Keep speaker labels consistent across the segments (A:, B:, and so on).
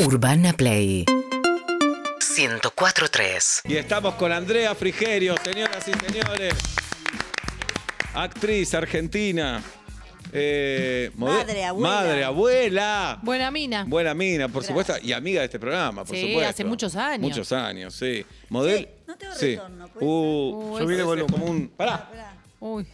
A: Urbana Play 104.3
B: Y estamos con Andrea Frigerio, señoras y señores. Actriz argentina. Eh, mode-
C: Madre, abuela. Ah.
B: Madre, abuela.
D: Buena mina.
B: Buena mina, por
D: Gracias.
B: supuesto, y amiga de este programa, por
D: Sí,
B: supuesto.
D: hace muchos años.
B: Muchos años, sí. Model.
C: Sí, no tengo retorno, ¿puede
B: Uh,
D: ser?
B: subí
D: Uh,
B: de
D: ese-
B: volumen. Como un... Pará.
C: Esperá,
D: Uy,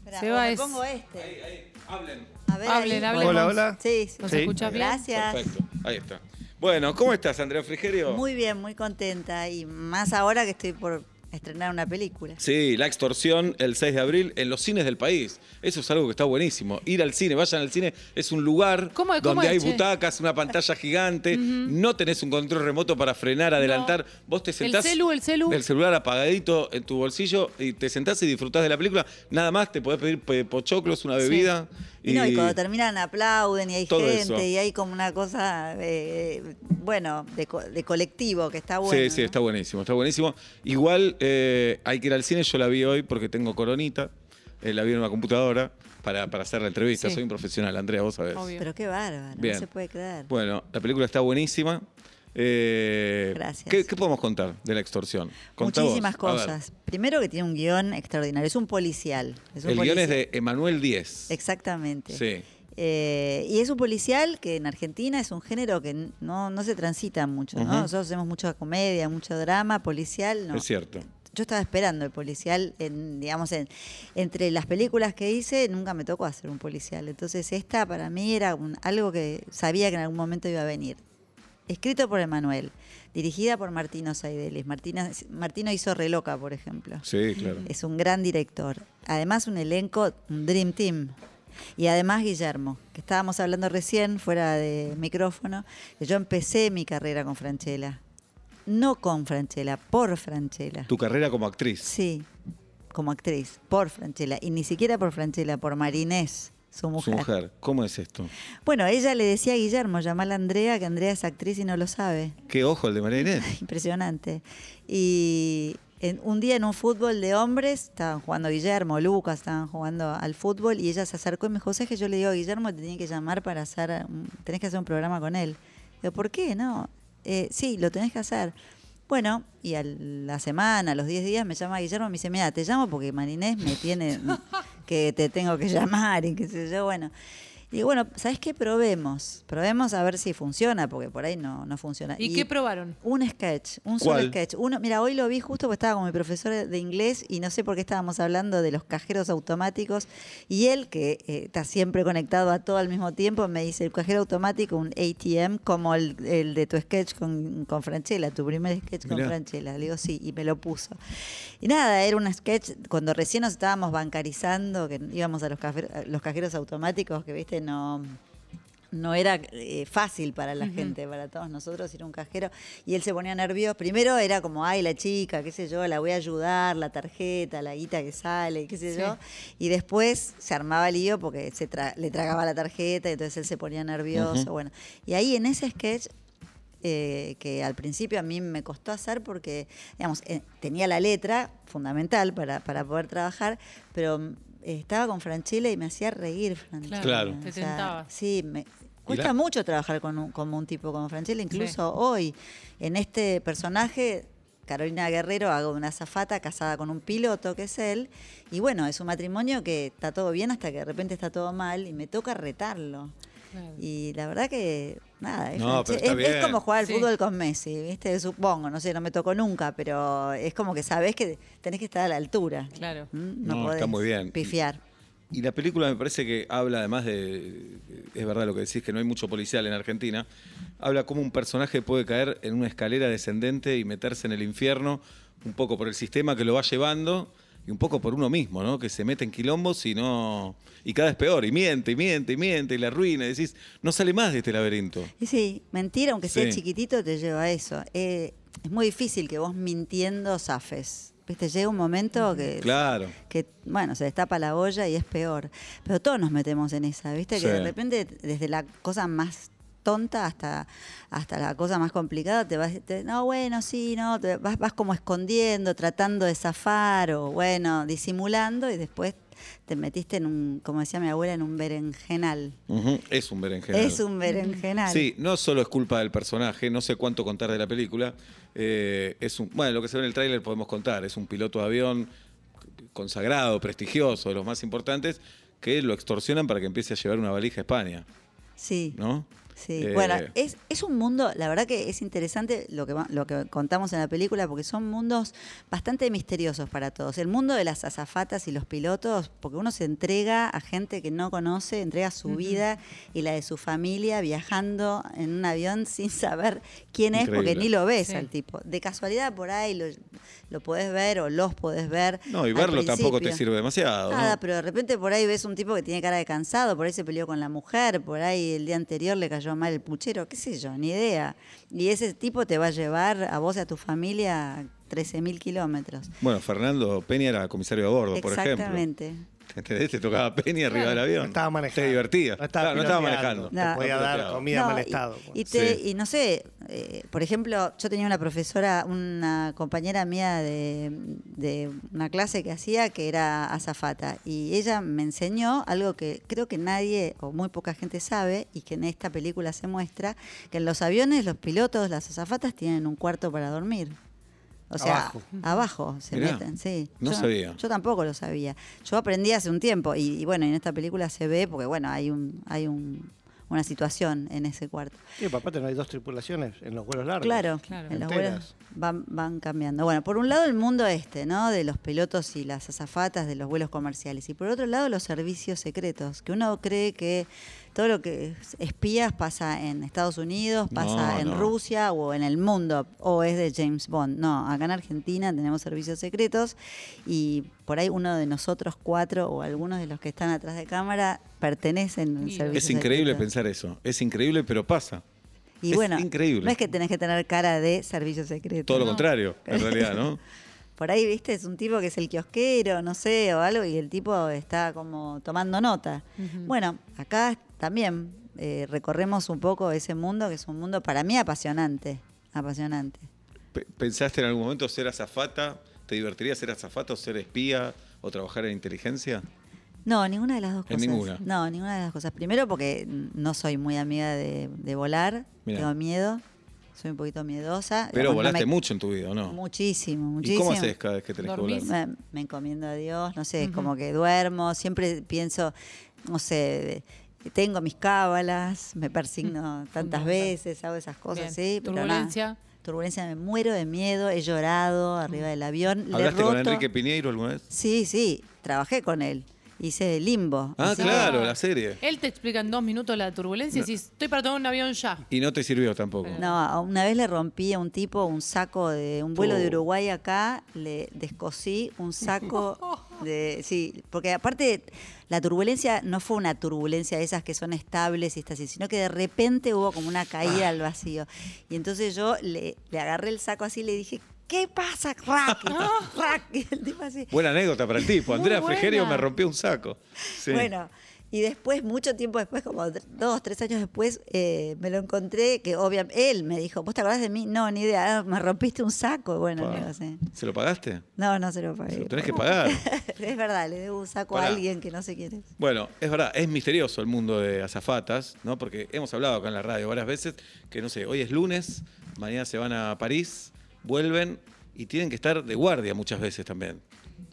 C: esperá,
D: Se
C: o
D: va
C: me
D: es-
C: pongo este.
B: Hablen.
C: A ver,
D: hablen,
C: ahí.
D: hablen.
E: Hola,
D: vos.
E: hola.
C: Sí, sí.
D: ¿Nos
E: Sí.
D: escuchás bien?
C: Gracias.
B: Perfecto. Ahí está. Bueno, ¿cómo estás, Andrea Frigerio?
C: Muy bien, muy contenta. Y más ahora que estoy por estrenar una película.
B: Sí, La Extorsión el 6 de abril en los cines del país. Eso es algo que está buenísimo. Ir al cine, vayan al cine, es un lugar
D: ¿Cómo es?
B: donde
D: ¿Cómo es,
B: hay
D: che?
B: butacas, una pantalla gigante, no tenés un control remoto para frenar, adelantar. Vos te sentás.
D: celu, el celu.
B: celular apagadito en tu bolsillo y te sentás y disfrutás de la película. Nada más, te podés pedir pe- pochoclos, una bebida.
C: Y, no, y cuando terminan aplauden y hay
B: Todo
C: gente
B: eso.
C: y hay como una cosa, eh, bueno, de, co- de colectivo que está Ah, bueno.
B: sí, sí,
C: ¿no?
B: está buenísimo, está buenísimo. Igual eh, hay que ir al cine, yo la vi hoy porque tengo coronita, eh, la vi en una computadora para, para hacer la entrevista.
D: Sí.
B: Soy un profesional, Andrea, vos sabés.
D: Obvio.
C: Pero qué bárbaro,
B: Bien.
C: no se puede creer.
B: Bueno, la película está buenísima. Eh,
C: Gracias.
B: ¿qué, qué podemos contar de la extorsión? Contá vos.
C: Muchísimas
B: A ver,
C: cosas. Primero que tiene un guión extraordinario, es un policial. Es un
B: El guión es
C: policial.
B: de Emanuel Díez.
C: Exactamente.
B: Sí.
C: Eh, y es un policial que en Argentina es un género que n- no, no se transita mucho, ¿no?
B: Ujú.
C: Nosotros hacemos mucha comedia, mucho drama, policial, no.
B: Es cierto.
C: Yo estaba esperando el policial, en, digamos, en, entre las películas que hice, nunca me tocó hacer un policial. Entonces esta para mí era un- algo que sabía que en algún momento iba a venir. Escrito por Emanuel, dirigida por Martino Saidelis. Martina, Martino hizo Reloca, por ejemplo.
B: Sí, claro.
C: Es un gran director. Además, un elenco, un Dream Team. Y además Guillermo, que estábamos hablando recién fuera de micrófono, que yo empecé mi carrera con Franchella. No con Franchella, por Franchella.
B: Tu carrera como actriz.
C: Sí, como actriz, por Franchella. Y ni siquiera por Franchella, por Marinés, su mujer.
B: Su mujer. ¿Cómo es esto?
C: Bueno, ella le decía a Guillermo, llamala a Andrea, que Andrea es actriz y no lo sabe.
B: Qué ojo el de María Inés.
C: Impresionante. Y en- un día en un fútbol de hombres, estaban jugando Guillermo, Lucas, estaban jugando al fútbol y ella se acercó y me dijo, "¿Sabes que yo le digo, Guillermo, te tiene que llamar para hacer, un- tenés que hacer un programa con él. Digo, ¿por qué? No. Eh, sí, lo tenés que hacer. Bueno, y a la semana, a los 10 días, me llama Guillermo y me dice, mira, te llamo porque Marinés me tiene que te tengo que llamar y qué sé yo, bueno. Y digo, bueno, ¿sabes qué? Probemos. Probemos a ver si funciona, porque por ahí no, no funciona.
D: ¿Y qué probaron?
C: Un sketch, un
B: ¿Cuál?
C: solo sketch. Uno, mira, hoy lo vi justo porque estaba con mi profesor de inglés y no sé por qué estábamos hablando de los cajeros automáticos. Y él, que eh, está siempre conectado a todo al mismo tiempo, me dice: el cajero automático, un ATM, como el, el de tu sketch con, con Franchella, tu primer sketch con
B: Mirá.
C: Franchella. Le digo, sí, y me lo puso. Y nada, era un sketch cuando recién nos estábamos bancarizando, que íbamos a los, cafe- a los cajeros automáticos, que viste, no no era eh, fácil para la gente, para todos nosotros ir a un cajero. Y él se ponía nervioso. Primero era como, ay, la chica, qué sé yo, la voy a ayudar, la tarjeta, la guita que sale, qué sé
D: Sí.
C: yo. Y después se armaba el lío porque se tra- le tragaba la tarjeta, entonces él se ponía nervioso. Bueno, y ahí en ese sketch eh, que al principio a mí me costó hacer porque, digamos, eh, tenía la letra fundamental para, para poder trabajar, pero mm, eh, estaba con Franchella y me hacía reír Franchella.
B: Claro.
D: Te tentaba.
C: Sí, me, cuesta
B: la-
C: mucho trabajar con un, como un tipo como Franchella, incluso hoy, en este personaje... Carolina Guerrero, hago una azafata casada con un piloto, que es él, y bueno, es un matrimonio que está todo bien hasta que de repente está todo mal y me toca retarlo.
D: Claro.
C: Y la verdad que nada, es,
B: No,
C: Franche-
B: pero está
C: es- es
B: bien.
C: como jugar al
D: Sí.
C: fútbol con Messi, ¿viste? Supongo, no sé, no me tocó nunca, pero es como que sabés que tenés que estar a la altura.
D: Claro.
C: ¿Mm?
B: No,
C: podés
B: está muy bien.
C: Pifiar.
B: Y la película me parece que habla, además de. Es verdad lo que decís, que no hay mucho policial en Argentina. Habla cómo un personaje puede caer en una escalera descendente y meterse en el infierno, un poco por el sistema que lo va llevando y un poco por uno mismo, ¿no? Que se mete en quilombos y no. Y cada vez peor, y miente, y miente, y miente, y la arruina. Y decís, no sale más de este laberinto.
C: Y sí, mentir, aunque sea
B: Sí.
C: chiquitito, te lleva a eso. Eh, es muy difícil que vos mintiendo zafes. ¿Viste? Llega un momento que
B: Claro.
C: que, bueno, se destapa la olla y es peor. Pero todos nos metemos en esa, ¿viste?
B: Sí.
C: Que de repente, desde la cosa más tonta hasta, hasta la cosa más complicada, te vas, te- no, bueno, sí, no, te vas, vas como escondiendo, tratando de zafar o, bueno, disimulando y después te metiste en un, como decía mi abuela, en un berenjenal.
B: Ujú, Es un berenjenal.
C: Es un berenjenal.
B: Sí, no solo es culpa del personaje, no sé cuánto contar de la película. eh, es un, bueno, lo que se ve en el tráiler podemos contar. Es un piloto de avión consagrado, prestigioso, de los más importantes, que lo extorsionan para que empiece a llevar una valija a España,
C: Sí.
B: ¿no?
C: Sí,
B: Eh,
C: bueno, es, es un mundo, la verdad que es interesante lo que, va- lo que contamos en la película, porque son mundos bastante misteriosos para todos. El mundo de las azafatas y los pilotos, porque uno se entrega a gente que no conoce, entrega su vida y la de su familia viajando en un avión sin saber quién es, porque
B: Increíble.
C: ni lo ves
A: Sí.
C: al tipo. De casualidad por ahí lo, lo podés ver o los podés ver.
B: No, y
C: al
B: verlo tampoco te
C: principio.
B: sirve demasiado.
C: Nada,
B: ¿no?
C: Ah, pero de repente por ahí ves un tipo que tiene cara de cansado, por ahí se peleó con la mujer, por ahí el día anterior le cayó mal el puchero, qué sé yo, ni idea. Y ese tipo te va a llevar a vos y a tu familia a 13.000 kilómetros.
B: Bueno, Fernando Peña era comisario de bordo, por ejemplo.
C: Exactamente.
B: ¿Entendés? Te tocaba Peña arriba del avión.
D: No estaba manejando.
B: Te divertía.
D: No estaba,
B: Claro, no estaba manejando.
D: piloteando.
C: No.
D: Te podía
B: No
D: dar
B: piloteaba.
D: comida
C: No,
D: mal
C: y-
D: estado.
C: Y, te-
B: Sí.
C: y no sé, eh, por ejemplo, yo tenía una profesora, una compañera mía de, de una clase que hacía que era azafata. Y ella me enseñó algo que creo que nadie o muy poca gente sabe y que en esta película se muestra, que en los aviones los pilotos, las azafatas tienen un cuarto para dormir. O sea,
D: Abajo.
C: abajo, se
B: Mirá,
C: meten, sí.
B: no
C: yo,
B: sabía.
C: Yo tampoco lo sabía. Yo aprendí hace un tiempo y, y bueno, en esta película se ve porque bueno, hay un hay un- una situación en ese cuarto.
D: Sí, papá, no hay dos tripulaciones en los vuelos largos.
C: Claro,
A: Claro.
C: en los
D: Enteras.
C: vuelos van, van cambiando. Bueno, por un lado el mundo este, ¿no? De los pilotos y las azafatas, de los vuelos comerciales. Y por otro lado los servicios secretos, que uno cree que todo lo que es espías pasa en Estados Unidos, pasa
B: No,
C: en
B: no.
C: Rusia o en el mundo, o es de James Bond. No, acá en Argentina tenemos servicios secretos y por ahí uno de nosotros cuatro o algunos de los que están atrás de cámara pertenecen al
A: Y-
C: servicio
B: Es increíble
C: secreto.
B: pensar eso. Es increíble, pero pasa.
C: Y
B: es
C: bueno,
B: increíble.
C: no es que tenés que tener cara de servicio secreto.
B: Todo lo
A: No.
B: contrario, en realidad, ¿no?
C: Por ahí, viste, es un tipo que es el kiosquero, no sé, o algo, y el tipo está como tomando nota. Bueno, acá también eh, recorremos un poco ese mundo, que es un mundo para mí apasionante, apasionante.
B: Pe- ¿Pensaste en algún momento ser azafata? ¿Te divertiría ser azafata o ser espía o trabajar en inteligencia?
C: No, ninguna de las dos
B: En
C: cosas.
B: ninguna.
C: No, ninguna de las cosas. Primero porque no soy muy amiga de, de volar,
B: Mirá.
C: tengo miedo, soy un poquito miedosa.
B: Pero
C: Cuando
B: volaste
C: me-
B: mucho en tu vida, ¿o no?
C: Muchísimo,
B: ¿Y
C: muchísimo.
B: cómo haces cada vez que tenés que
A: ¿Dormís?
B: volar?
C: me, me encomiendo a Dios, no sé, es como que duermo, siempre pienso, no sé, tengo mis cábalas, me persigno tantas
A: Fundamental.
C: veces, hago esas
A: Mm. Bien.
C: cosas, sí. pero nada.
A: Turbulencia. Mm.
C: Turbulencia, me muero de miedo, he llorado arriba del avión. le he
B: ¿Hablaste con
C: roto-
B: Enrique Piñeiro alguna vez?
C: Sí, sí, trabajé con él, hice limbo.
B: Ah,
C: hice-
B: claro, la serie.
A: Él te explica en dos minutos la turbulencia y si estoy para tomar un avión ya.
B: Y no te sirvió tampoco.
C: No, una vez le rompí a un tipo un saco de un vuelo
B: Oh.
C: de Uruguay acá, le descosí un saco de sí, porque aparte la turbulencia no fue una turbulencia de esas que son estables y estas así, sino que de repente hubo como una caída al vacío. Y entonces yo le, le agarré el saco así y le dije, "¿Qué pasa, crack?" Y el tipo así.
B: Buena anécdota para el tipo.
A: Muy
B: Andrea
A: buena.
B: Frigerio me rompió un saco. Sí.
C: Bueno, y después, mucho tiempo después, como tr- dos, tres años después, eh, me lo encontré, que obviamente él me dijo, ¿vos te acordás de mí? No, ni idea, Ah, me rompiste un saco. Bueno,
B: Pa.
C: le digo, sí.
B: ¿Se lo pagaste?
C: No, no se lo pagué.
B: Se lo tenés que pagar.
C: es verdad, le debo un saco
B: Pará.
C: a alguien que no sé quién es.
B: Bueno, es verdad, es misterioso el mundo de azafatas, ¿no? Porque hemos hablado acá en la radio varias veces que, no sé, hoy es lunes, mañana se van a París, vuelven y tienen que estar de guardia muchas veces también.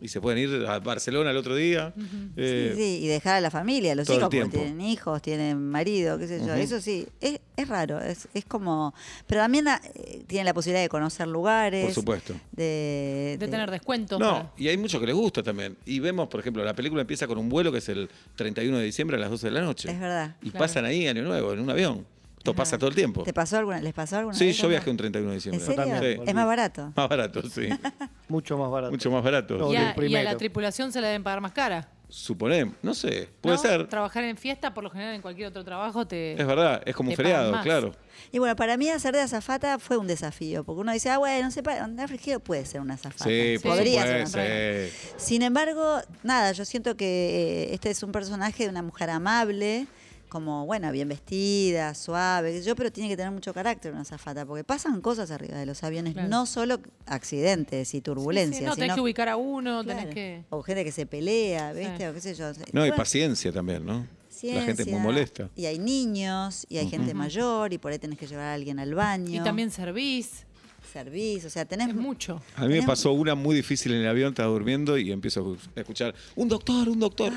B: Y se pueden ir a Barcelona el otro día. eh,
C: sí, sí, y dejar a la familia, a los
B: todo el
C: hijos, porque
B: tiempo.
C: tienen hijos, tienen marido, qué sé yo.
B: Ujú.
C: Eso sí, es, es raro, es, es como... Pero también eh, tienen la posibilidad de conocer lugares.
B: Por supuesto.
C: De,
A: De tener descuentos.
B: No, y hay muchos que les gusta también. Y vemos, por ejemplo, la película empieza con un vuelo que es el 31 de diciembre a las 12 de la noche.
C: Es verdad.
B: Y
A: Claro.
B: pasan ahí año nuevo en un avión. Esto pasa todo el tiempo.
C: ¿Te pasó alguna, ¿Les pasó alguna
B: Sí,
C: vez
B: yo
C: o no?
B: viajé un 31 de diciembre.
C: ¿En serio?
D: Totalmente.
B: Sí.
C: Es más barato.
B: Más barato, sí.
D: Mucho más barato.
B: Mucho más barato.
D: No,
A: Y a,
D: el
A: y a
D: primero.
A: la tripulación se la deben pagar más cara.
B: Suponemos, no sé, puede
A: ¿no?
B: ser.
A: Trabajar en fiesta, por lo general, en cualquier otro trabajo te.
B: Es verdad, es como un
A: Te pagan
B: feriado,
A: más. Ah,
B: claro.
C: Y bueno, para mí hacer de azafata fue un desafío, porque uno dice, ah, bueno, se para, andar frigero puede ser una azafata.
B: Sí, por
C: podría ser una
B: supuesto.
C: azafata.
B: sí.
C: Sin embargo, nada, yo siento que eh, este es un personaje de una mujer amable, como, bueno, bien vestida, suave, qué sé yo, pero tiene que tener mucho carácter una zafata, porque pasan cosas arriba de los aviones,
A: Claro.
C: no solo accidentes y turbulencias.
A: no, tenés
C: sino-
A: que ubicar a uno,
C: Claro.
A: tenés que.
C: O gente que se pelea, ¿viste?
A: Sí.
C: O qué sé yo.
B: No, y
C: Bueno,
B: paciencia también, ¿no? La gente es muy
C: ciencia,
B: molesta.
C: Y hay niños, y hay gente mayor, y por ahí tenés que llevar a alguien al baño.
A: Y también servís.
C: servicio, o sea, tenés
A: Es mucho.
B: A mí me
C: tenés-
B: pasó una muy difícil en el avión, estaba durmiendo y empiezo a escuchar, un doctor, un doctor.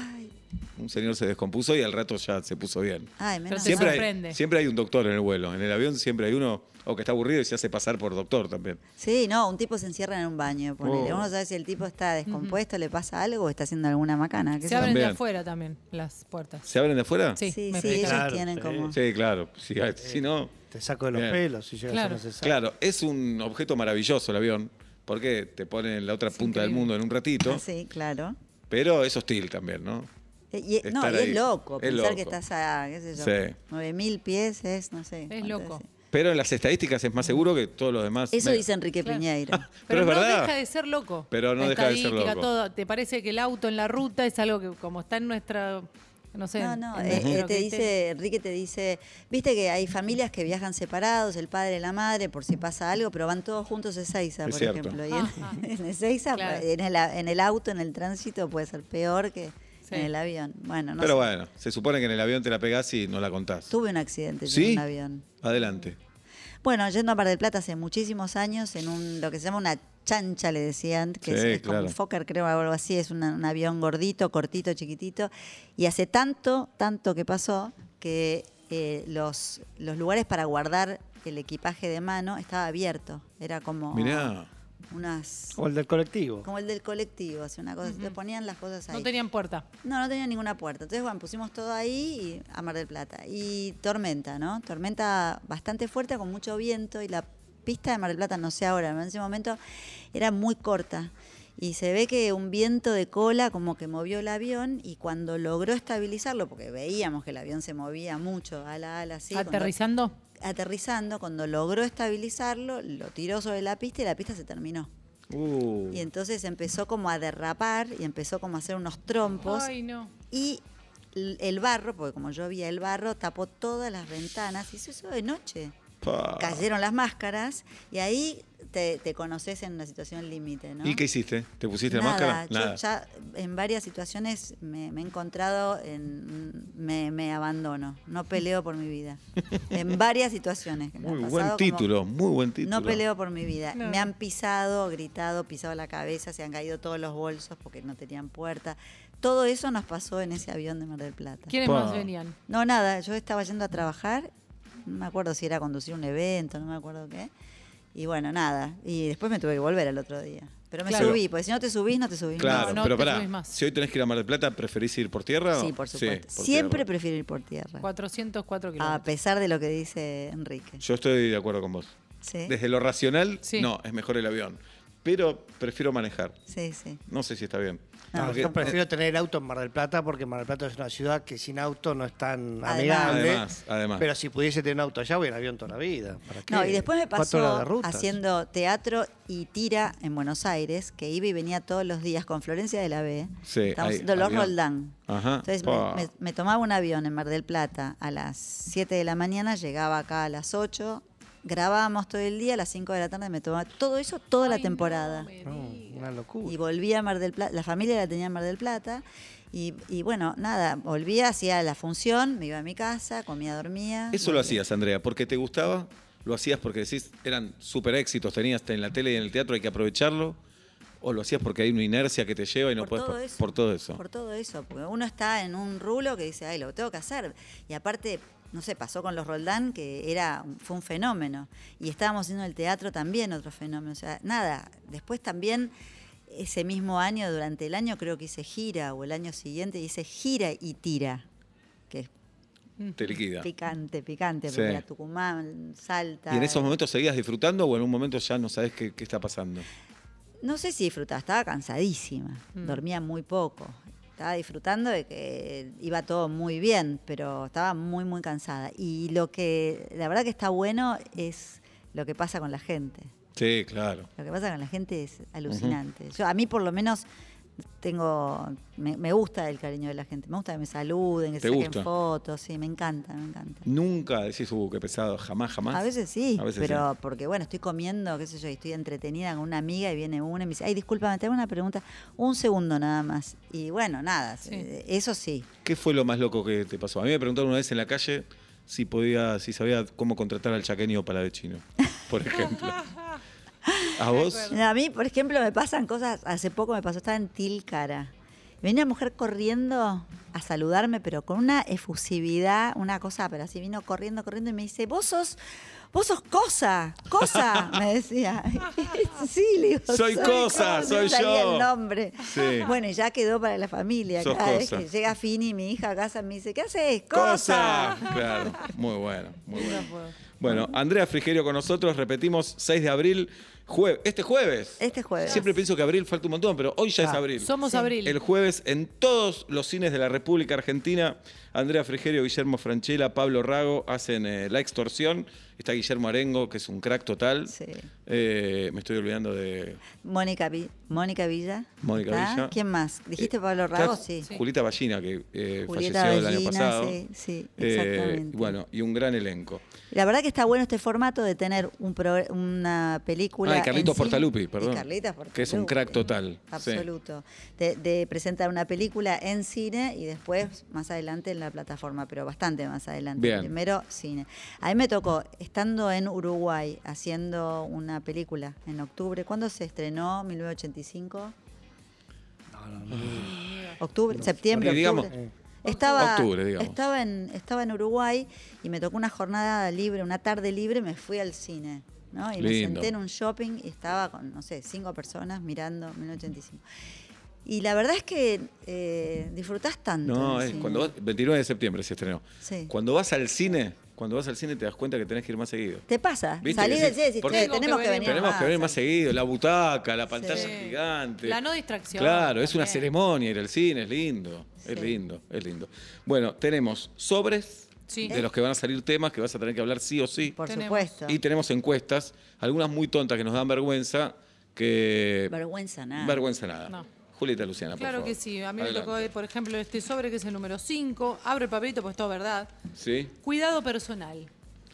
B: Un señor se descompuso y al rato ya se puso bien.
C: Ay, menos
A: Pero se
B: Siempre
C: mal.
A: sorprende.
B: hay, siempre hay un doctor en el vuelo. En el avión siempre hay uno o que está aburrido y se hace pasar por doctor también.
C: Sí, no, un tipo se encierra en un baño, ponele.
B: Oh.
C: Uno sabe si el tipo está descompuesto, le pasa algo o está haciendo alguna macana. qué sé
A: Se
C: yo.
A: abren de
B: También.
A: afuera también las puertas.
B: ¿Se abren de afuera?
A: Sí,
C: Sí,
A: me
C: sí,
A: parece.
C: ellos
D: Claro,
C: tienen
D: sí.
C: como...
B: Sí, claro. Si, si no.
D: Te saco de los
B: Bien.
D: pelos si llegas
A: Claro.
D: a ser necesario.
B: Claro, es un objeto maravilloso el avión, porque te ponen en la otra punta del
A: increíble.
B: mundo en un ratito,
C: Ah, sí, claro.
B: pero es hostil también, ¿no?
C: Eh, y- no,
B: Estar
C: y es
B: ahí.
C: loco
B: Es
C: pensar que
B: loco.
C: estás a, qué sé yo,
B: Sí.
C: 9000 pies es, no sé.
A: Es
C: cuánto
A: loco.
B: Pero en las estadísticas es más seguro que todos los demás.
C: Eso
B: Me-
C: dice Enrique
A: Claro.
C: Piñeira.
B: Pero
A: Pero,
B: es
A: no
B: verdad.
A: deja de ser loco.
B: Pero no
A: La
B: deja de ser
A: estadística,
B: loco.
A: todo. ¿Te parece que el auto en la ruta es algo que, como está en nuestra. No sé.
C: No,
A: en-
C: no,
A: en
C: eh,
A: nuestro
C: eh, te
A: criterio?
C: dice, Enrique te dice, viste que hay familias que viajan separados, el padre y la madre, por si pasa algo, pero van todos juntos a Ezeiza,
B: Es
C: por
B: cierto.
C: ejemplo. Y
A: Ajá.
C: en, en Ezeiza, pues,
A: Claro.
C: en, el, a- en el auto, en el tránsito, puede ser peor que
A: Sí.
C: en el avión. Bueno, no
B: pero
C: sé.
B: bueno, se supone que en el avión te la pegás y no la contás.
C: Tuve un accidente yo
B: ¿Sí?
C: en un avión.
B: Adelante.
C: Bueno, yendo a Mar del Plata hace muchísimos años, en un, lo que se llama una chancha, le decían, que
B: Sí,
C: es, es como
B: claro.
C: un Fokker, creo, o algo así, es una- un avión gordito, cortito, chiquitito. Y hace tanto, tanto que pasó, que eh, los, los lugares para guardar el equipaje de mano estaba abierto. Era como
B: Mirá.
C: unas.
D: O el del colectivo.
C: Como el del colectivo, así una cosa. Te ponían las cosas ahí.
A: No tenían puerta.
C: No, no tenía ninguna puerta. Entonces, bueno, pusimos todo ahí y- a Mar del Plata. Y tormenta, ¿no? Tormenta bastante fuerte, con mucho viento. Y la pista de Mar del Plata, no sé ahora, pero en ese momento era muy corta. Y se ve que un viento de cola como que movió el avión y cuando logró estabilizarlo, porque veíamos que el avión se movía mucho, ala, ala, así. cuando-
A: Aterrizando.
C: aterrizando, cuando logró estabilizarlo, lo tiró sobre la pista y la pista se terminó.
B: Uh.
C: Y entonces empezó como a derrapar y empezó como a hacer unos trompos.
A: Ay, no.
C: Y l- el barro, porque como llovía el barro, tapó todas las ventanas y se hizo de noche.
B: Pa.
C: Cayeron las máscaras y ahí te, te conoces en una situación límite, ¿no?
B: ¿Y qué hiciste? ¿Te pusiste
C: Nada,
B: la máscara?
C: Yo ya en varias situaciones me, me he encontrado en. Me, me abandono, no peleo por mi vida. En varias situaciones. que me
B: Muy
C: ha
B: buen
C: pasado como,
B: título, muy buen título.
C: No peleo por mi vida.
A: No.
C: Me han pisado, gritado, pisado la cabeza, se han caído todos los bolsos porque no tenían puerta. Todo eso nos pasó en ese avión de Mar del Plata.
A: ¿Quiénes
B: Pa.
A: más venían?
C: No, nada, yo estaba yendo a trabajar, no me acuerdo si era a conducir un evento, no me acuerdo qué. Y bueno, nada. Y después me tuve que volver al otro día. Pero me
A: Claro.
C: subí, porque si no te subís, no te subís.
B: Claro,
A: No, no
B: pero
A: te
B: pará,
A: subís más.
B: si hoy tenés que ir a Mar del Plata, ¿preferís ir por tierra? o-
C: Sí, por supuesto.
B: por
C: Siempre
B: tierra.
C: prefiero ir por tierra.
A: 404
C: A
A: kilómetros.
C: pesar de lo que dice Enrique.
B: Yo estoy de acuerdo con vos.
C: Sí,
B: Desde lo racional,
A: Sí.
B: no, es mejor el avión. Pero prefiero manejar.
C: sí, sí.
B: No sé si está bien.
C: No,
D: No,
B: Porque-
D: yo prefiero tener el auto en Mar del Plata porque Mar del Plata es una ciudad que sin auto no es tan
C: Además.
D: amigable.
B: Además, además.
D: Pero si pudiese tener un auto allá, voy en avión toda la vida. ¿Para qué?
C: No, y después me
D: Cuatro horas de
C: pasó
D: ruta.
C: haciendo teatro y tira en Buenos Aires, que iba y venía todos los días con Florencia de la B.
B: Sí,
C: Estábamos
B: ahí,
C: haciendo Los
B: avión.
C: Roldán.
B: Ajá,
C: Entonces
B: pa.
C: me, me- me tomaba un avión en Mar del Plata a las 7 de la mañana, llegaba acá a las 8, grabábamos todo el día, a las 5 de la tarde me tomaba todo eso toda la
A: Ay, no,
C: temporada.
A: me
D: No,
A: digas.
D: una locura.
C: Y volví a Mar del Plata, la familia la tenía en Mar del Plata. Y, y bueno, nada, volvía, hacía la función, me iba a mi casa, comía, dormía.
B: Eso lo hacías, Andrea, porque te gustaba, lo hacías porque decís, eran súper éxitos, tenías en la tele y en el teatro, hay que aprovecharlo, o lo hacías porque hay una inercia que te lleva y no puedes...
C: todo eso,
B: pues, Por todo eso.
C: Por todo eso, porque uno está en un rulo que dice, ay, lo tengo que hacer. Y aparte, no sé, pasó con los Roldán, que era un- fue un fenómeno. Y estábamos haciendo el teatro también otro fenómeno. O sea, nada, después también... Ese mismo año, durante el año, creo que hice gira, o el año siguiente hice gira y tira, que es
B: Te liquida.
C: picante, picante,
B: Sí.
C: porque era Tucumán, Salta.
B: ¿Y en esos momentos seguías disfrutando o en un momento ya no sabes qué, qué está pasando?
C: No sé si disfrutaba, estaba cansadísima,
B: Mm.
C: dormía muy poco. Estaba disfrutando de que iba todo muy bien, pero estaba muy, muy cansada. Y lo que, la verdad que está bueno es lo que pasa con la gente.
B: Sí, claro.
C: Lo que pasa con la gente es alucinante. Yo, a mí por lo menos tengo, me, me gusta el cariño de la gente, me gusta que me saluden, que
B: ¿Te
C: saquen
B: gusta?
C: fotos, sí, me encanta, me encanta.
B: Nunca decís, uh, qué pesado, jamás, jamás.
C: A veces sí,
B: A veces
C: pero porque bueno, estoy comiendo, qué sé yo, y estoy entretenida con una amiga y viene una y me dice, ay, discúlpame, tengo una pregunta, un segundo nada más. Y bueno, nada,
A: Sí.
C: eh, eso sí.
B: ¿Qué fue lo más loco que te pasó? A mí me preguntaron una vez en la calle si podía, si sabía cómo contratar al chaqueño para de chino, por ejemplo. ¿A vos?
C: A mí, por ejemplo, me pasan cosas, hace poco me pasó, estaba en Tilcara. Venía una mujer corriendo a saludarme, pero con una efusividad, una cosa, pero así vino corriendo, corriendo y me dice, vos sos, vos sos cosa, cosa, me decía. sí, le digo,
B: Soy cosa, soy
C: no sabía
B: yo.
C: el nombre.
B: Sí.
C: Bueno, y ya quedó para la familia.
B: Sos
C: Cada
B: cosa.
C: vez que llega Fini, mi hija, a casa, me dice, ¿qué haces?
B: Cosa. Claro, muy bueno, muy bueno. Bueno, Andrea Frigerio con nosotros, repetimos, 6 de abril, jue- este jueves.
C: Este jueves.
B: Siempre pienso que abril falta un montón, pero hoy ya es abril.
A: Somos abril.
B: El jueves en todos los cines de la República Argentina, Andrea Frigerio, Guillermo Franchella, Pablo Rago hacen eh, La Extorsión. Está Guillermo Arengo, que es un crack total.
C: Sí.
B: Eh, me estoy olvidando de
C: Mónica, Vi- Mónica Villa.
B: Mónica
C: ¿está?
B: Villa.
C: ¿Quién más? ¿Dijiste
B: Eh,
C: Pablo
B: está
C: Rago? Sí.
B: Julita Ballina, que eh,
C: Julieta
B: falleció el año
C: Ballina,
B: pasado.
C: sí, sí,
B: Eh,
C: exactamente.
B: bueno, y un gran elenco.
C: La verdad que está bueno este formato de tener un progr- una película.
B: Ah, y Carlitos
C: en cine-
B: Portalupi, perdón.
C: Y Carlitos Portalupi.
B: Que es un crack total, sí.
C: Absoluto. De, de presentar una película en cine y después más adelante en la plataforma, pero bastante más adelante.
B: Bien.
C: Primero cine. A mí me tocó, estando en Uruguay haciendo una película en octubre, ¿cuándo se estrenó? ¿1985? Octubre, septiembre,
B: Y digamos-
C: octubre. Estaba,
B: Octubre, digamos.
C: estaba, en, estaba en Uruguay y me tocó una jornada libre, una tarde libre, me fui al cine. ¿no? Y me
B: Lindo.
C: senté en un shopping y estaba con, no sé, cinco personas mirando 1985. Y la verdad es que eh, disfrutás tanto.
B: No,
C: del
B: es
C: cine.
B: cuando vas- 29 de septiembre se estrenó.
C: Sí.
B: Cuando vas al cine, cuando vas al cine te das cuenta que tenés que ir más seguido.
C: Te pasa.
B: ¿Viste?
C: Salís
B: Decís,
C: del cine y decís,
B: ¿por
C: "Che,
B: qué?
C: tenemos que venir
B: Tenemos
C: más.
B: que venir más seguido, la butaca, la pantalla
A: Sí.
B: gigante.
A: La no distracción
B: Claro, es una
A: también.
B: ceremonia ir al cine, es lindo,
C: Sí.
B: es lindo, es lindo. Bueno, tenemos sobres
A: Sí.
B: de los que van a salir temas que vas a tener que hablar sí o sí.
C: Por
A: Tenemos.
C: supuesto.
B: Y tenemos encuestas, algunas muy tontas que nos dan vergüenza, que...
C: Vergüenza nada.
B: Vergüenza nada.
A: No.
B: Julieta Luciana, por
A: Claro
B: favor.
A: que sí. A mí
B: Adelante.
A: me tocó, por ejemplo, este sobre que es el número 5. Abro el papelito, pues todo verdad.
B: Sí.
A: Cuidado personal.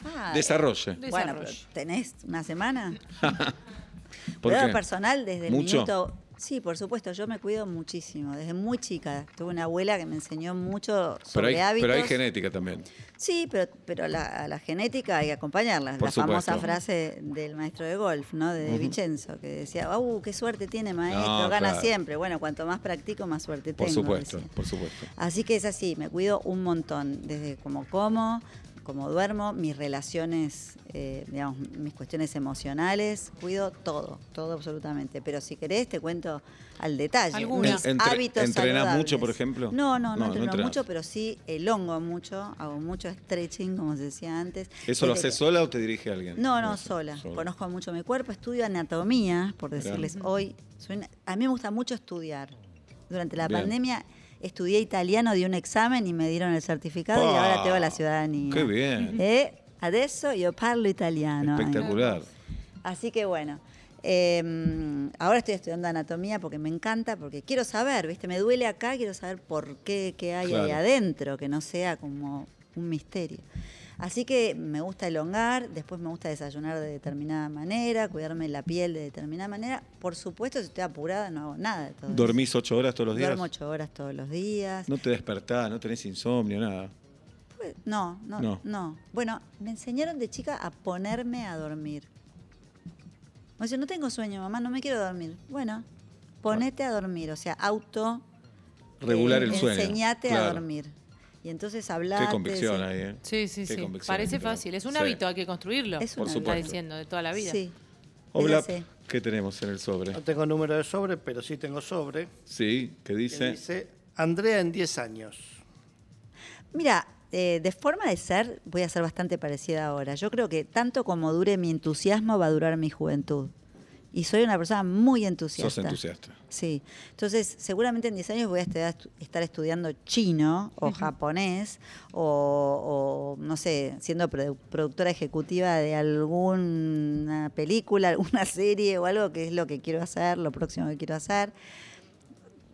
C: Ah,
B: Desarrolle.
A: De-
C: Bueno,
A: Desarrollo.
C: pero ¿tenés una semana?
B: ¿Por
C: Cuidado
B: qué?
C: personal desde el
B: ¿Mucho?
C: minuto. Sí, por supuesto, yo me cuido muchísimo. Desde muy chica. Tuve una abuela que me enseñó mucho
B: Pero
C: sobre
B: hay,
C: hábitos.
B: pero hay genética también.
C: Sí, pero, pero la, a la genética hay que acompañarla.
B: Por
C: la famosa
B: supuesto.
C: frase del maestro de golf, ¿no? De Vincenzo, que decía, ¡uh, qué suerte tiene maestro!
B: No,
C: Gana
B: claro.
C: siempre. Bueno, cuanto más practico, más suerte
B: Por
C: tengo.
B: supuesto,
C: decía.
B: por supuesto.
C: Así que es así, me cuido un montón, desde cómo como, cómo duermo, mis relaciones, eh, digamos, mis cuestiones emocionales, cuido todo, todo absolutamente. Pero si querés te cuento al detalle.
A: Alguna.
C: Mis
B: Entre-
C: hábitos
B: ¿entrenás
C: saludables.
B: mucho, por ejemplo?
C: No, no, no,
B: No, no
C: entreno
B: entrenás.
C: mucho, pero sí elongo mucho, hago mucho stretching, como se decía antes.
B: ¿Eso lo
C: Desde
B: haces
C: que-
B: sola o te dirige alguien?
C: no, no,
B: sé,
C: sola. Conozco mucho mi cuerpo, estudio anatomía, por decirles hoy. soy una- a mí me gusta mucho estudiar. Durante la
B: Bien.
C: pandemia estudié italiano, di un examen y me dieron el certificado y ahora
B: Pa,
C: tengo la ciudadanía.
B: qué bien.
C: Eh, adesso yo parlo italiano.
B: Espectacular.
C: Así que bueno, eh, ahora estoy estudiando anatomía porque me encanta, porque quiero saber, ¿viste? Me duele acá, quiero saber por qué, qué hay ahí
B: Claro.
C: adentro, que no sea como un misterio. Así que me gusta elongar, después me gusta desayunar de determinada manera, cuidarme la piel de determinada manera. Por supuesto, si estoy apurada, no hago nada de todo eso.
B: ¿Dormís ocho horas todos los días?
C: Duermo ocho horas todos los días.
B: No te despertás, no tenés insomnio, nada.
C: Pues, No, no,
B: No.
C: no, Bueno, me enseñaron de chica a ponerme a dormir. O sea, no tengo sueño, mamá, no me quiero dormir. Bueno, ponete a dormir, o sea, auto. eh,
B: Regular el sueño.
C: Enseñate a
B: claro.
C: dormir. Y entonces
B: Qué
C: hablate.
B: convicción
C: sí.
B: ahí, ¿eh?
A: Sí, sí,
B: Qué
A: sí.
B: convicción,
A: Parece
B: pero-
A: fácil. Es un
B: Sí.
A: hábito, hay que construirlo.
C: Es un
A: Por
C: hábito.
A: supuesto. diciendo, de toda la vida.
C: Sí.
B: Oblap,
C: Es así.
B: ¿qué tenemos en el sobre?
D: No tengo número de sobre, pero sí tengo sobre.
B: Sí, que
D: que
B: dice.
D: dice Andrea en 10 años.
C: Mira, eh, de forma de ser, voy a ser bastante parecida ahora. Yo creo que tanto como dure mi entusiasmo, va a durar mi juventud. Y soy una persona muy entusiasta.
B: Sos entusiasta.
C: Sí. Entonces, seguramente en 10 años voy a estar estar estudiando chino o japonés o, o, no sé, siendo produ- productora ejecutiva de alguna película, alguna serie o algo que es lo que quiero hacer, lo próximo que quiero hacer.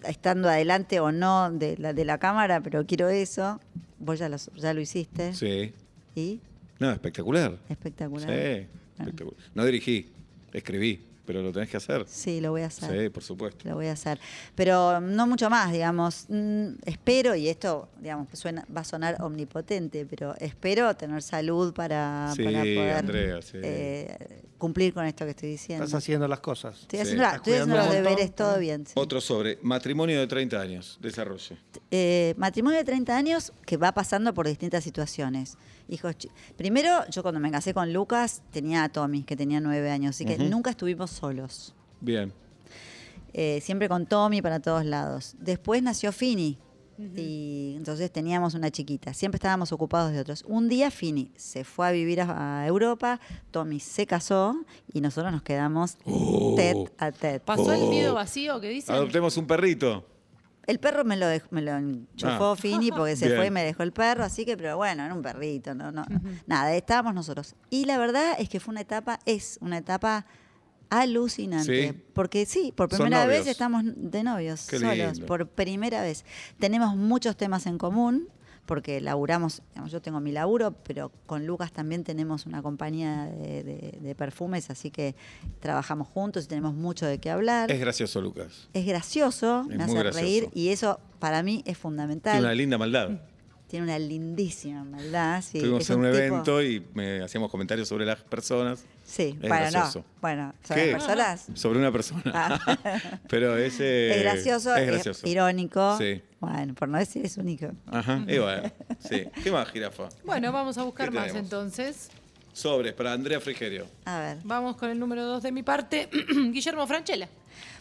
C: estando adelante o no de la, de la cámara, pero quiero eso. Vos ya lo, ya lo hiciste.
B: Sí.
C: Y
B: No, espectacular.
C: espectacular.
B: Sí,
C: Ah.
B: espectacular. No dirigí, escribí, pero lo tenés que hacer.
C: Sí, lo voy a hacer.
B: Sí, por supuesto.
C: Lo voy a hacer. Pero no mucho más, digamos. Mm, espero, y esto, digamos, suena, va a sonar omnipotente, pero espero tener salud para,
B: Sí,
C: para poder
B: Andrea, sí.
C: eh, cumplir con esto que estoy diciendo.
D: Estás haciendo las cosas.
C: Estoy
B: Sí.
C: haciendo, la-
D: Estás
C: estoy haciendo
D: cuidando
C: los
D: un montón.
C: deberes, todo bien. sí.
B: Otro sobre matrimonio de 30 años, desarrollo.
C: Eh, matrimonio de 30 años que va pasando por distintas situaciones. Hijos, chi- primero, yo cuando me casé con Lucas tenía a Tommy, que tenía 9 años, así que
B: Ujú.
C: nunca estuvimos solos.
B: Bien.
C: Eh, siempre con Tommy para todos lados. Después nació Fini. Y entonces teníamos una chiquita, siempre estábamos ocupados de otros. Un día Fini se fue a vivir a, a Europa, Tommy se casó y nosotros nos quedamos tete a tete.
A: ¿Pasó el
B: Oh.
A: nido vacío que dicen?
B: Adoptemos un perrito.
C: El perro me lo, dej- me lo enchufó
B: Ah.
C: Fini porque se
B: Bien.
C: fue y me dejó el perro, así que, pero bueno, era un perrito, no, no, nada, estábamos nosotros. Y la verdad es que fue una etapa, es una etapa alucinante,
B: Sí.
C: porque sí, por
B: Son
C: primera vez
B: novios.
C: estamos de novios,
B: Qué
C: solos,
B: lindo.
C: por primera vez. Tenemos muchos temas en común, porque laburamos, digamos, yo tengo mi laburo, pero con Lucas también tenemos una compañía de, de- de perfumes, así que trabajamos juntos y tenemos mucho de qué hablar.
B: Es gracioso, Lucas.
C: Es gracioso,
B: Es
C: me hace
B: muy gracioso.
C: reír y eso para mí es fundamental.
B: Tiene una linda maldad.
C: lindísima maldad. Sí,
B: Estuvimos
C: es
B: en un,
C: tipo-
B: evento y me hacíamos comentarios sobre las personas.
C: Sí,
B: Es
C: bueno,
B: gracioso.
C: no. Bueno, sobre
B: ¿Qué? Ah.
C: las personas. Ah.
B: Sobre una persona. Pero ese.
C: es gracioso, es,
B: Eh, Es gracioso.
C: irónico.
B: Sí.
C: Bueno, por no decir es único.
B: Ajá. Y bueno, sí. ¿Qué más, jirafa?
A: Bueno, vamos a buscar
B: ¿Qué
A: más
B: tenemos?
A: entonces.
B: Sobres para Andrea Frigerio.
C: A ver.
A: Vamos con el número dos de mi parte, Guillermo Franchella.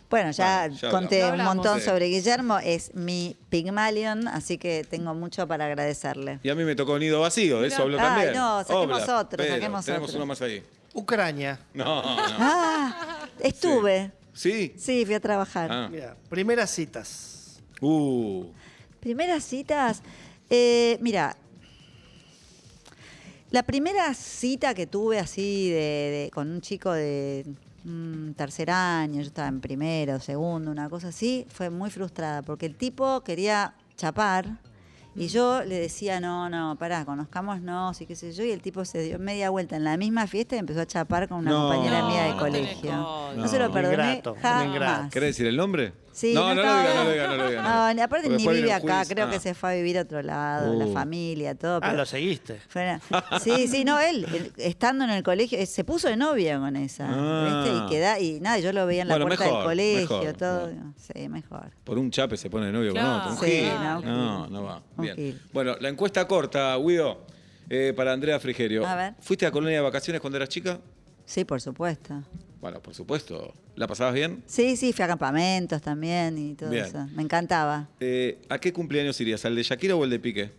C: Bueno, ya,
B: Bueno, ya
C: conté
A: hablamos.
C: un montón
B: Sí.
C: sobre Guillermo. Es mi Pygmalion, así que tengo mucho para agradecerle.
B: Y a mí me tocó nido vacío, de eso habló
C: Ay,
B: también.
C: no, saquemos
B: Obla,
C: otro,
B: Pedro,
C: saquemos
B: Tenemos
C: otro.
B: uno más ahí.
D: Ucrania.
B: No, no.
C: Ah, estuve.
B: ¿Sí?
C: Sí, fui a trabajar.
B: Ah.
D: Mira, primeras citas.
B: Uh.
C: Primeras citas. eh, mira, la primera cita que tuve así de, de- con un chico de mm, tercer año, yo estaba en primero, segundo, una cosa así, fue muy frustrada porque el tipo quería chapar. Y yo le decía, no, no, pará, conozcámonos y qué sé yo. Y el tipo se dio media vuelta en la misma fiesta y empezó a chapar con una
B: No.
C: compañera mía de
A: No, no tenés
C: colegio. No,
A: código.
C: se lo
B: No.
C: perdoné
D: Ingrato, un
C: jamás.
D: ingrato.
B: ¿Querés decir el nombre?
C: Sí,
B: no, no, lo
C: estaba-
B: digas, no lo digas, no lo digas.
C: No, ni- aparte
B: Porque
C: ni
B: después viene
C: vive
B: el
C: acá,
B: juicio.
C: creo que
B: Ah.
C: se fue a vivir a otro lado,
B: Uh.
C: la familia, todo.
D: Ah,
C: pero
D: lo seguiste.
C: fue una- sí, sí, no, él, él, estando en el colegio, eh, se puso de novia con esa.
B: Ah.
C: ¿viste? Y queda, y nada, yo lo veía en la
B: Bueno,
C: puerta
B: mejor,
C: del colegio,
B: mejor,
C: todo.
B: ¿no?
C: Sí, mejor.
B: Por un chape se pone de novio
A: Claro.
B: con otro. Un
A: Sí,
B: gil.
A: no,
C: un
B: No,
C: gil.
B: no va.
C: Un
B: Bien.
C: gil.
B: Bueno, la encuesta corta, Guido, eh, para Andrea Frigerio.
C: A ver.
B: ¿Fuiste a Colonia de Vacaciones cuando eras chica?
C: Sí, por supuesto.
B: Bueno, por supuesto. ¿La pasabas bien?
C: Sí, sí, fui a campamentos también y todo
B: Bien.
C: eso. Me encantaba.
B: Eh, ¿A qué cumpleaños irías? ¿Al de Shakira o el de Piqué?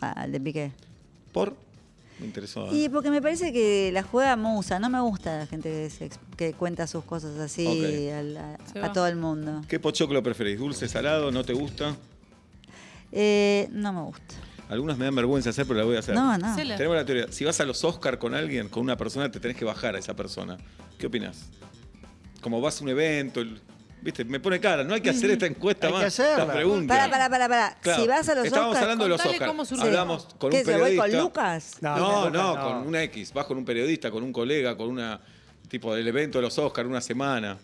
C: Ah, el de Piqué.
B: ¿Por? Me interesó. ¿eh?
C: Y porque me parece que la juega musa, no me gusta la gente que, se ex- que cuenta sus cosas así
B: Ok.
C: al- a-
A: Se
C: a
A: va.
C: todo el mundo.
B: ¿Qué pochoclo preferís? ¿Dulce, salado? ¿No te gusta?
C: Eh, no me gusta.
B: Algunas me dan vergüenza hacer, pero la voy a hacer.
C: No, no.
A: Se la-
B: Tenemos la teoría. Si vas a los Oscar con alguien, con una persona, te tenés que bajar a esa persona. ¿Qué opinás? Como vas a un evento, el- viste, me pone cara, no hay que hacer esta encuesta
D: Hay que
B: más.
D: hacerla.
B: esta pregunta.
C: Para, para, para, para.
B: Claro.
C: Si vas a los
B: Estábamos
C: Oscars,
B: hablando de los
A: contale
B: Oscar.
A: cómo surgió.
B: Hablamos con
C: ¿Qué,
B: un
C: se voy
B: periodista.
C: con Lucas?
D: No,
B: No,
D: con Lucas
B: no,
D: no.
B: con una X. Vas con un periodista, con un colega, con una tipo del evento de los Oscar, una semana.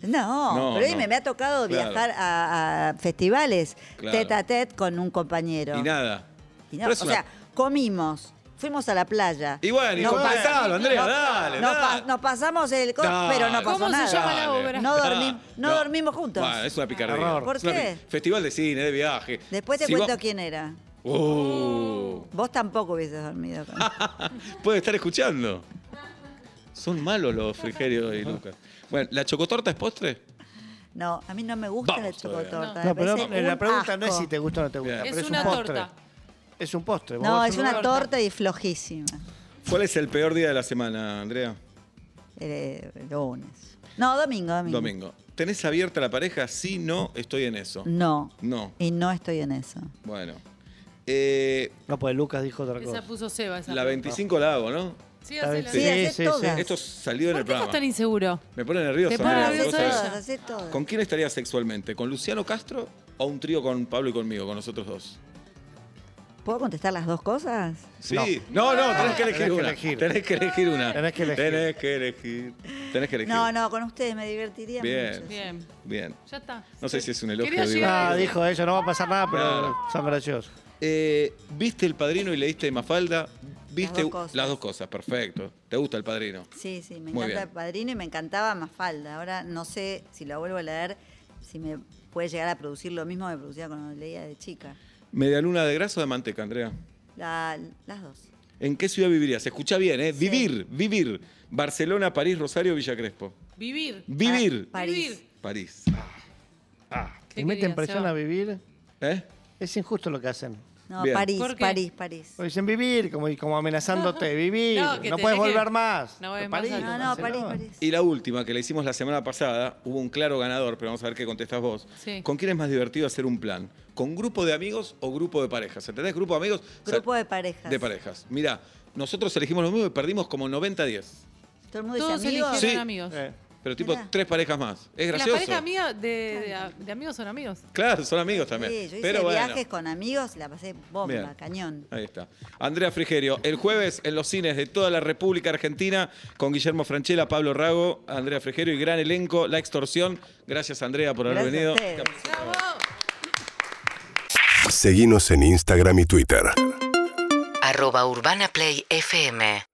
C: No,
B: No,
C: pero dime,
B: no.
C: me ha tocado
B: Claro.
C: viajar a, a festivales
B: Claro.
C: tete a tete con un compañero.
B: Y nada.
C: Y no,
B: Pero
C: o
B: es una-
C: sea, comimos, fuimos a la playa.
B: Y bueno, y completalo, Andrea, dale,
C: Nos,
B: dale.
C: pas- nos pasamos el... co-
B: Dale.
C: pero no pasó
A: ¿Cómo se
C: nada.
A: llama la obra?
C: No,
B: Dale.
C: dormi- no dormimos juntos.
B: Bueno, es una picardía.
D: Error.
C: ¿Por
B: Es una
C: qué?
B: pic- Festival de cine, de viaje.
C: Después te
B: Si
C: cuento
B: va-
C: quién era.
B: Oh.
C: Vos tampoco hubieses dormido. con-
B: Puede estar escuchando. Son malos los Frigerio y Lucas. Bueno, ¿la chocotorta es postre?
C: No, a mí no me gusta
B: Vamos
C: la
B: todavía.
C: chocotorta.
D: No,
C: me
D: pero
C: parece
D: eh, la
C: un
D: pregunta no es
C: asco.
D: si te gusta o no te
B: Bien.
D: gusta, pero
A: Es
D: es
A: una
D: un postre.
A: torta.
D: Es un postre. Vos
C: No,
D: vas
C: es
D: a un
C: una
D: lugar-
C: torta y flojísima.
B: ¿Cuál es el peor día de la semana, Andrea?
C: Eh, lunes. No, domingo, domingo.
B: Domingo. ¿Tenés abierta la pareja? Si no, estoy en eso.
C: No.
B: No.
C: Y no estoy en eso.
B: Bueno. Eh,
D: No, pues Lucas dijo otra
A: Esa
D: cosa.
A: puso Seba. Esa
B: la
A: pregunta.
B: 25 la hago, ¿no?
A: Sí,
D: Está bien.
A: hacelo.
C: Sí,
A: Sí.
C: hacé todas.
B: Esto salió en el
A: ¿Por qué estás
B: programa.
A: tan inseguro?
B: Me pone nervioso.
A: Te pone
B: mira,
A: nervioso
B: vos sabés.
A: ella.
C: hacé todas.
B: ¿Con quién estaría sexualmente? ¿Con Luciano Castro o un trío con Pablo y conmigo, con nosotros dos?
C: ¿Puedo contestar las dos cosas?
B: Sí. No, no, tenés que elegir
D: Ah, Tenés que
B: una.
D: elegir.
B: Tenés que elegir una.
D: Tenés que elegir.
B: Tenés que elegir. Tenés que elegir.
C: No, no, con ustedes me divertiría
B: Bien.
C: mucho.
A: Bien,
B: Bien.
A: ya está.
B: No sé si es un elogio
A: Quería
B: de
A: llegar-
D: Ah, dijo eso, no va a pasar nada, pero
B: Claro.
D: son graciosos.
B: Eh, ¿Viste El Padrino y leíste Mafalda? ¿Viste
C: Las dos cosas.
B: las dos cosas, perfecto. ¿Te gusta El Padrino?
C: Sí, sí,
B: Muy
C: me encanta
B: bien.
C: el padrino y me encantaba Mafalda. Ahora no sé si la vuelvo a leer, si me puede llegar a producir lo mismo que me producía cuando leía de chica.
B: ¿Media luna de grasa o de manteca, Andrea?
C: La- las dos.
B: ¿En qué ciudad vivirías? Escucha bien, ¿eh?
C: Sí.
B: Vivir, vivir. Barcelona, París, Rosario, Villa Crespo.
A: Vivir.
B: Vivir.
C: Ah, Pa- París.
A: Vivir.
B: París.
A: ¿Qué
D: Y meten
A: querías,
D: presión
A: Seba?
D: a vivir.
B: ¿Eh?
D: Es injusto lo que hacen.
C: No,
B: Bien.
C: París,
A: ¿Por qué?
C: París, París.
D: Porque dicen vivir, como, como amenazándote, vivir.
A: No,
D: No,
A: que tenés
D: puedes
A: que-
D: volver más.
A: no volvés
D: París,
A: más a
C: No, no,
D: Barcelona.
C: París, París.
B: Y la última que le hicimos la semana pasada, hubo un claro ganador, pero vamos a ver qué contestás vos.
A: Sí.
B: ¿Con quién es más divertido hacer un plan? ¿Con grupo de amigos o grupo de parejas? ¿Entendés? Grupo de amigos. o sea,
C: Grupo de parejas.
B: de parejas. Mira, nosotros elegimos lo mismo y perdimos como 90-10.
C: Todo el mundo
A: Todos
C: dice amigos.
A: eligieron
B: Sí.
A: amigos.
D: Eh,
B: Pero tipo
C: Mirá.
B: tres parejas más. Es
A: La
B: gracioso.
A: pareja mía de, de- de amigos son amigos.
B: Claro, son amigos también.
C: Sí, yo hice
B: pero bueno.
C: viajes con amigos y la pasé bomba,
B: Bien.
C: cañón.
B: Ahí está. Andrea Frigerio, el jueves en los cines de toda la República Argentina con Guillermo Franchella, Pablo Rago, Andrea Frigerio y gran elenco, La Extorsión. Gracias Andrea por haber
C: Gracias a
B: venido.
C: ustedes.
A: ¡Bravo!
E: Seguinos en Instagram y Twitter.
F: arroba urbanaplayfm